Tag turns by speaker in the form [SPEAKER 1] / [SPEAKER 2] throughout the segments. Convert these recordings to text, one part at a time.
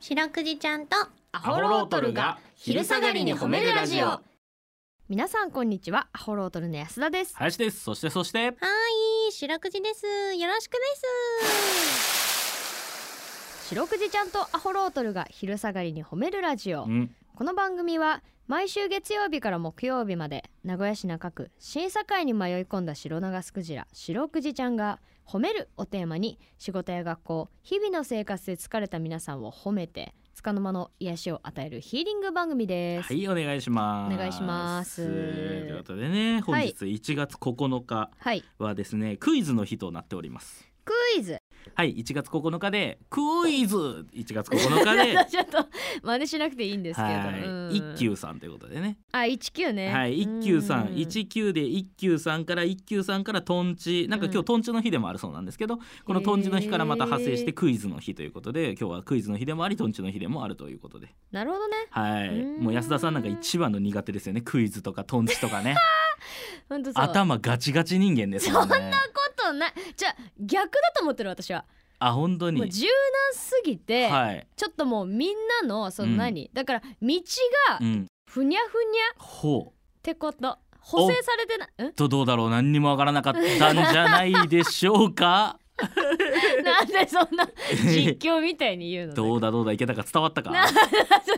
[SPEAKER 1] 白くじちゃんと
[SPEAKER 2] ア
[SPEAKER 3] ホロートルが昼下がりに褒めるラジオ
[SPEAKER 2] 皆さんこんにちはアホロートルの安田です
[SPEAKER 3] 林ですそしてそして
[SPEAKER 1] はい白くじですよろしくです
[SPEAKER 2] 白くじちゃんとアホロートルが昼下がりに褒めるラジオ
[SPEAKER 3] うん
[SPEAKER 2] この番組は毎週月曜日から木曜日まで名古屋市中区審査会に迷い込んだ白長スクジラ白くじちゃんが褒めるおテーマに仕事や学校日々の生活で疲れた皆さんを褒めて束の間の癒しを与えるヒーリング番組です、
[SPEAKER 3] はいお願いします
[SPEAKER 2] お願いします
[SPEAKER 3] ということでね本
[SPEAKER 2] はい
[SPEAKER 3] 日1月9日
[SPEAKER 2] はい、
[SPEAKER 3] はですね、クイズの日となっております
[SPEAKER 2] クイズ
[SPEAKER 3] はい1月9日でクイズ1月9日で
[SPEAKER 2] ちょっと真似しなくていいんですけれど、
[SPEAKER 3] は
[SPEAKER 2] うん
[SPEAKER 3] い一休さんということでね
[SPEAKER 2] あ一級ね
[SPEAKER 3] はい一休さ
[SPEAKER 2] うん
[SPEAKER 3] 一休で一休さんから一休さんからとんちなんか今日
[SPEAKER 2] うん
[SPEAKER 3] とんちの日でもあるそうなんですけど、このとんちの日からまた派生し
[SPEAKER 2] へ
[SPEAKER 3] て
[SPEAKER 2] ー
[SPEAKER 3] クイズの日ということで今日はクイズの日でもありとんちの日でもあるということで
[SPEAKER 2] なるほどね
[SPEAKER 3] はい
[SPEAKER 2] うん
[SPEAKER 3] もう安田さんなんか一番の苦手ですよねクイズとかとんちとかね
[SPEAKER 2] 本 当そう
[SPEAKER 3] 頭ガチガチ人間ですもんね
[SPEAKER 2] ことないじゃあ逆だと思ってる私は
[SPEAKER 3] あ本当
[SPEAKER 2] もう
[SPEAKER 3] に
[SPEAKER 2] 柔軟すぎて、
[SPEAKER 3] はい、
[SPEAKER 2] ちょっともうみんなのそ
[SPEAKER 3] うん
[SPEAKER 2] の何、だから道が
[SPEAKER 3] うん、
[SPEAKER 2] ふにゃふにゃっ
[SPEAKER 3] ほう
[SPEAKER 2] てこと補正されてないん
[SPEAKER 3] とどうだろう何にもわからなかったんじゃないでしょうか
[SPEAKER 2] なんでそんな 実況みたいに言う の
[SPEAKER 3] どう
[SPEAKER 2] だ
[SPEAKER 3] だどうだいけたか伝わったか
[SPEAKER 2] なそう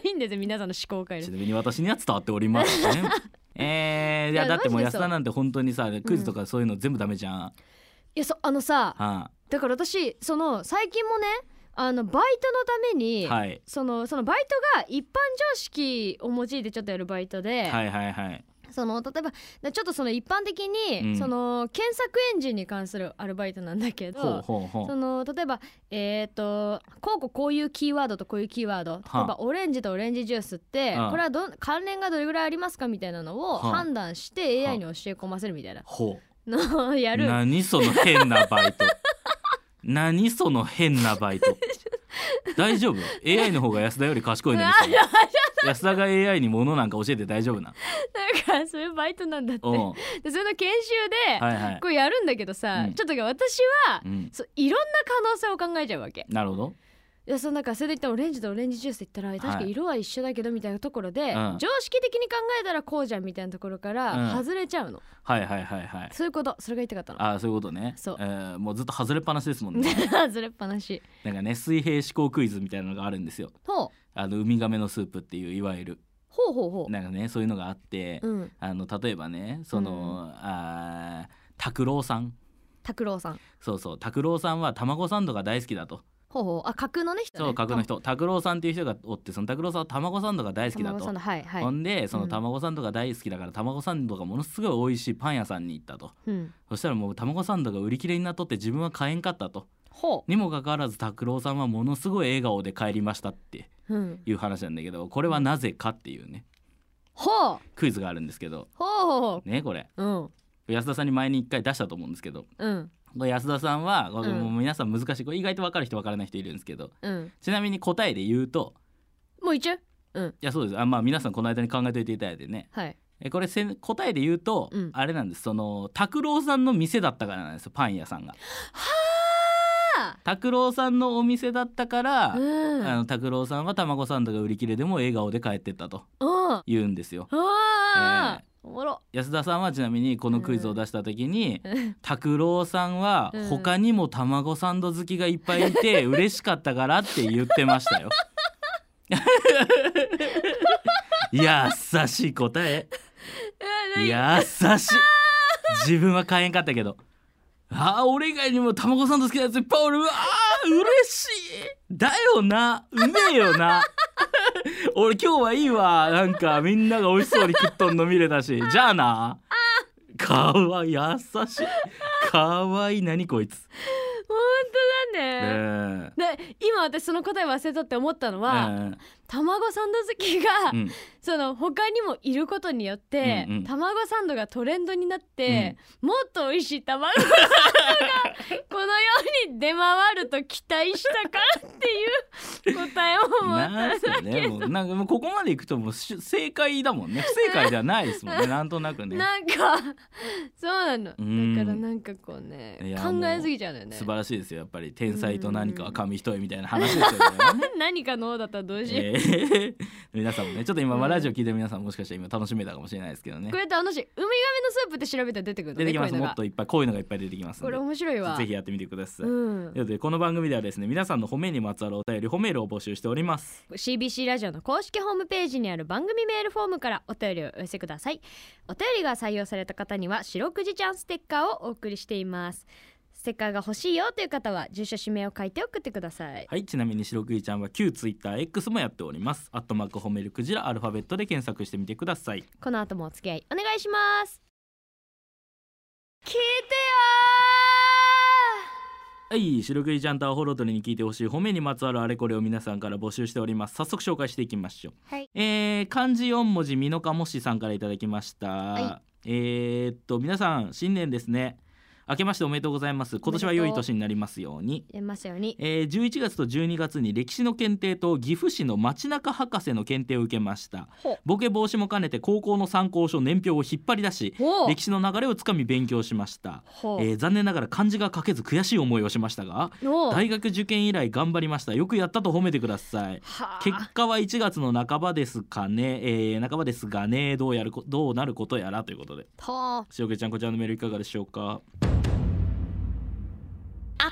[SPEAKER 2] いいんですよ皆さんの思考回
[SPEAKER 3] ち
[SPEAKER 2] 路
[SPEAKER 3] なみに私には伝わっておりますね。 えー、いや
[SPEAKER 2] いや
[SPEAKER 3] だってもう
[SPEAKER 2] マ
[SPEAKER 3] 安
[SPEAKER 2] ジでそう
[SPEAKER 3] 田なんて本当にさクイズとかそういうの全部ダメじゃん。はい
[SPEAKER 2] やそあのさだから私その最近もねあのバイトのために、
[SPEAKER 3] はい
[SPEAKER 2] そのそのバイトが一般常識を用いてちょっとやるバイトで、
[SPEAKER 3] はいはいはい。
[SPEAKER 2] その例えばだちょっとその一般的に、
[SPEAKER 3] うん
[SPEAKER 2] その検索エンジンに関するアルバイトなんだけど
[SPEAKER 3] ほうほうほ。
[SPEAKER 2] そうの例えばえっ、とこうこうこういうキーワードとこういうキーワード例えばオレンジとオレンジジュースって、
[SPEAKER 3] うん
[SPEAKER 2] これはどん関連がどれぐらいありますかみたいなのを
[SPEAKER 3] はあ
[SPEAKER 2] 判断して AI に教え込ませるみたいな
[SPEAKER 3] ほ
[SPEAKER 2] のを や
[SPEAKER 3] う。
[SPEAKER 2] る
[SPEAKER 3] 何その変なバ イト。何その変なバイト。大丈夫 ?AI の方が安田より賢い のにさ安田が AI に物なんか教えて大丈夫な。
[SPEAKER 2] なんかそういうバイトなんだって
[SPEAKER 3] うん。は
[SPEAKER 2] でそれの研修
[SPEAKER 3] い
[SPEAKER 2] で
[SPEAKER 3] はい
[SPEAKER 2] こ。うやるんだけどさ、
[SPEAKER 3] うん
[SPEAKER 2] ちょっと私は、
[SPEAKER 3] うん。
[SPEAKER 2] そういろんな可能性を考えちゃうわけ。
[SPEAKER 3] なるほど。
[SPEAKER 2] いやそのなんかそれで言ったらオレンジとオレンジジュースって言ったら確か色は一緒だけどみたいなところで、
[SPEAKER 3] うん
[SPEAKER 2] 常識的に考えたらこうじゃんみたいなところから
[SPEAKER 3] うん
[SPEAKER 2] 外れちゃうの、
[SPEAKER 3] はいはいはいはい。
[SPEAKER 2] そういうことそれが言いたかったの
[SPEAKER 3] ああそういうことね。
[SPEAKER 2] そう
[SPEAKER 3] えーもうずっと外れっぱなしですも んね。
[SPEAKER 2] ずれっぱなし
[SPEAKER 3] なんかね水平思考クイズみたいなのがあるんですよ。
[SPEAKER 2] ほう
[SPEAKER 3] あのウミガメのスープっていういわゆる
[SPEAKER 2] ほうほうほ
[SPEAKER 3] なんかねそういうのがあって、
[SPEAKER 2] ううん
[SPEAKER 3] あの例えばねその、あー拓郎さん
[SPEAKER 2] 拓郎さん
[SPEAKER 3] そうそう拓郎さんは卵サンドが大好きだと
[SPEAKER 2] ほうほうあ架空のね人ね
[SPEAKER 3] そう格の人拓郎さんっていう人がおってその拓郎さんは卵サンドが大好きだ
[SPEAKER 2] 卵
[SPEAKER 3] と
[SPEAKER 2] さん。のはいはい
[SPEAKER 3] ほんでそうの
[SPEAKER 2] ん
[SPEAKER 3] 卵サンドが大好きだから卵サンドがものすごい美味しいパン屋さんに行ったと
[SPEAKER 2] うん
[SPEAKER 3] そしたらもう卵サンドが売り切れになっとって自分は買えんかったと
[SPEAKER 2] ほ
[SPEAKER 3] にもかかわらず拓郎さんはものすごい笑顔で帰りましたって
[SPEAKER 2] ううん
[SPEAKER 3] いう話なんだけどこれはなぜかっていうね
[SPEAKER 2] ほうほう
[SPEAKER 3] クイズがあるんですけど
[SPEAKER 2] ほうほ
[SPEAKER 3] ねこれ
[SPEAKER 2] ううん
[SPEAKER 3] 安田さんに前に一回出したと思うんですけど
[SPEAKER 2] うん
[SPEAKER 3] これ安田さんはこれ
[SPEAKER 2] うん
[SPEAKER 3] もう皆さん難しいこれ意外と分かる人分からない人いるんですけど
[SPEAKER 2] うん
[SPEAKER 3] ちなみに答えで言うと
[SPEAKER 2] もう一応うん
[SPEAKER 3] いやそうですあまあ皆さんこの間に考えておいていただいてね
[SPEAKER 2] はい
[SPEAKER 3] えこれせん答えで言うと、
[SPEAKER 2] うん
[SPEAKER 3] あれなんですその拓郎さんの店だったからなんですよパン屋さんが。
[SPEAKER 2] あ
[SPEAKER 3] 拓郎さんのお店だったから、
[SPEAKER 2] うん
[SPEAKER 3] あの拓郎さんは卵サンドが売り切れでも笑顔で帰ってったと
[SPEAKER 2] うんあ
[SPEAKER 3] 言うんですよ。
[SPEAKER 2] あ
[SPEAKER 3] え
[SPEAKER 2] おもろ
[SPEAKER 3] 安田さんはちなみにこのクイズを出した時に、
[SPEAKER 2] うん
[SPEAKER 3] 拓郎さんは
[SPEAKER 2] うん
[SPEAKER 3] 他にも卵サンド好きがいっぱいい て嬉しかったからって言ってましたよ。優しい答え優しい自分は買えんかったけどあー俺以外にも卵サンド好きなやついっぱいおるうわー嬉しいだよなうめえよな 俺今日はいいわなんかみんなが美味しそうに食っとんの見れたしじゃあなかわい優しいかわいい何こいつ、
[SPEAKER 2] 本当だね
[SPEAKER 3] ね
[SPEAKER 2] で今私その答え忘れたって思ったのは、
[SPEAKER 3] え
[SPEAKER 2] 卵サンド好きが、
[SPEAKER 3] うん
[SPEAKER 2] その他にもいることによって、
[SPEAKER 3] うんうん
[SPEAKER 2] 卵サンドがトレンドになって、もっと美味しい卵サンドがこのように出回ると期待したかっていう答えを 思っ
[SPEAKER 3] なんすかねもうなんかもうここまでいくともうし 正解だもんね不正解ではないです もんねなんとなくね
[SPEAKER 2] なんかそうなのだ
[SPEAKER 3] うん
[SPEAKER 2] からなんかこうね
[SPEAKER 3] いや
[SPEAKER 2] 考えすぎちゃうんだよね
[SPEAKER 3] 素晴らしいですよやっぱり天才と何かは紙一重みたいな話ですよね、
[SPEAKER 2] 何かの王だったらどうしよう、
[SPEAKER 3] えー 皆さんもねちょっと今、まあ
[SPEAKER 2] うん
[SPEAKER 3] ラジオ聞いてる皆さんもしかしたら今楽しめたかもしれないですけどね
[SPEAKER 2] これ楽しいウミガメのスープって調べたら出てくるのね
[SPEAKER 3] 出てきます
[SPEAKER 2] こういう
[SPEAKER 3] もっ
[SPEAKER 2] のが
[SPEAKER 3] といっぱいこういうのがいっぱい出てきます
[SPEAKER 2] こ
[SPEAKER 3] の
[SPEAKER 2] れ
[SPEAKER 3] で
[SPEAKER 2] 面白いわ
[SPEAKER 3] ぜひやってみてください、
[SPEAKER 2] うん
[SPEAKER 3] ということでこの番組ではですね皆さんの褒めにまつわるお便り褒めるを募集しております
[SPEAKER 2] CBC ラジオの公式ホームページにある番組メールフォームからお便りをお寄せくださいお便りが採用された方には白くじちゃんステッカーをお送りしていますステッカーが欲しいよという方は住所氏名を書いて送ってください
[SPEAKER 3] はいちなみに白くじちゃんは旧 TwitterX もやっておりますアットマーク褒めるクジラアルファベットで検索してみてください
[SPEAKER 2] この後もお付き合いお願いします聞いてよ
[SPEAKER 3] はい白くじちゃんとアホロトリに聞いてほしい褒めにまつわるあれこれを皆さんから募集しております早速紹介していきましょう
[SPEAKER 1] はい
[SPEAKER 3] えー漢字4文字美濃加もしさんからいただきました、
[SPEAKER 2] は
[SPEAKER 3] えーっと皆さん新年ですね明けましておめでとうございます今年は良い年になりますように
[SPEAKER 2] ー出ますように
[SPEAKER 3] えー11月と12月に歴史の検定と岐阜市の町中博士の検定を受けました
[SPEAKER 2] ほう
[SPEAKER 3] ボケ防止も兼ねて高校の参考書年表を引っ張り出し
[SPEAKER 2] ほう
[SPEAKER 3] 歴史の流れをつかみ勉強しました、
[SPEAKER 2] ほう
[SPEAKER 3] えー残念ながら漢字が書けず悔しい思いをしましたが
[SPEAKER 2] ほう
[SPEAKER 3] 大学受験以来頑張りましたよくやったと褒めてください
[SPEAKER 2] はあ
[SPEAKER 3] 結果は1月の半ばですかね、えー半ばですがねどうやるこどうなることやらということで
[SPEAKER 2] ほう
[SPEAKER 3] しおけちゃんこちらのメールいかがでしょうか
[SPEAKER 1] あっ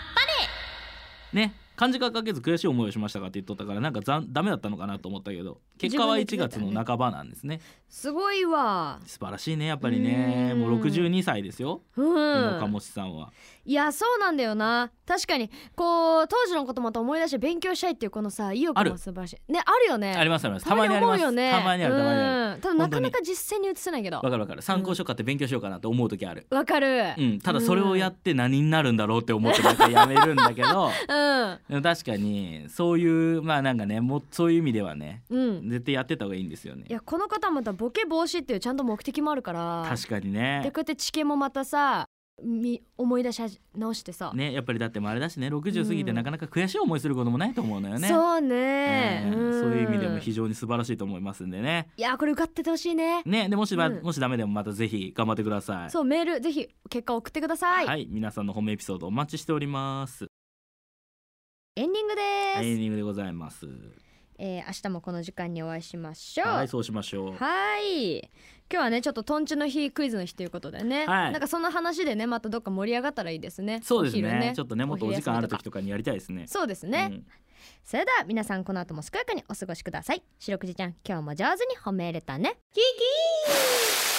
[SPEAKER 3] ね漢字が書けず悔しい思いをしましたかって言っとったからなんかざんダメだったのかなと思ったけど結果は
[SPEAKER 2] 自
[SPEAKER 3] 1
[SPEAKER 2] 分で決
[SPEAKER 3] 月
[SPEAKER 2] めた
[SPEAKER 3] の
[SPEAKER 2] ね
[SPEAKER 3] 半ばなんですね
[SPEAKER 2] すごいわ
[SPEAKER 3] 素晴らしいねやっぱりね
[SPEAKER 2] うん
[SPEAKER 3] もう62歳ですよ
[SPEAKER 2] うん
[SPEAKER 3] 猪鴨志さんは、
[SPEAKER 2] いやそうなんだよな確かにこう当時のことまた思い出して勉強したいっていうこのさ意欲
[SPEAKER 3] ある
[SPEAKER 2] も素晴らしいねあるよね
[SPEAKER 3] ありますあります
[SPEAKER 2] た
[SPEAKER 3] た
[SPEAKER 2] ま
[SPEAKER 3] ま
[SPEAKER 2] に
[SPEAKER 3] にあり
[SPEAKER 2] 思
[SPEAKER 3] ま
[SPEAKER 2] う
[SPEAKER 3] す
[SPEAKER 2] よね
[SPEAKER 3] たまにあるたまにある
[SPEAKER 2] うんただなかなか実践に移せないけど
[SPEAKER 3] わかるわかる参考書買って勉強しようかなと思う時ある、
[SPEAKER 2] わかる
[SPEAKER 3] うんただそれをやって何になるんだろうって思って毎回やめるんだけ ど
[SPEAKER 2] うん
[SPEAKER 3] でも確かにそういうまあなんかねもうそういう意味ではね
[SPEAKER 2] うん
[SPEAKER 3] 絶対やってた方がいいんですよね
[SPEAKER 2] いやこの方またボケ防止っていうちゃんと目的もあるから
[SPEAKER 3] 確かに
[SPEAKER 2] で
[SPEAKER 3] ね
[SPEAKER 2] こうやって知見もまたさみ思い出しはじ直してさ、
[SPEAKER 3] ねやっぱりだってもあれだしね60過ぎ
[SPEAKER 2] う
[SPEAKER 3] て
[SPEAKER 2] ん
[SPEAKER 3] なかなか悔しい思いすることもないと思うのよね
[SPEAKER 2] そうね、
[SPEAKER 3] うん
[SPEAKER 2] ん
[SPEAKER 3] そういう意味でも非常に素晴らしいと思いますんでね。
[SPEAKER 2] いやこれ受かっててほしいね
[SPEAKER 3] ね、でもしば、
[SPEAKER 2] うん
[SPEAKER 3] もしダメでもまたぜひ頑張ってください。
[SPEAKER 2] そうメールぜひ結果送ってください、
[SPEAKER 3] はい、皆さんの褒めエピソードお待ちしております。
[SPEAKER 2] エンディングで
[SPEAKER 3] エ
[SPEAKER 2] す、
[SPEAKER 3] ンディングでございます。
[SPEAKER 2] えー明日もこの時間にお会いしましょう。
[SPEAKER 3] は、
[SPEAKER 2] はいい
[SPEAKER 3] そうしましょう。
[SPEAKER 2] 今日はねちょっととんちの日クイズの日ということでね、
[SPEAKER 3] はい
[SPEAKER 2] なんかその話でねまたどっか盛り上がったらいいですね
[SPEAKER 3] そうです
[SPEAKER 2] お
[SPEAKER 3] ね
[SPEAKER 2] 昼
[SPEAKER 3] ちょっとね、もっとお時間ある時とかにやりたいですね。
[SPEAKER 2] そうですね、
[SPEAKER 3] うん
[SPEAKER 2] それでは皆さんこの後も健やかにお過ごしください白くじちゃん今日も上手に褒め入れたねキキー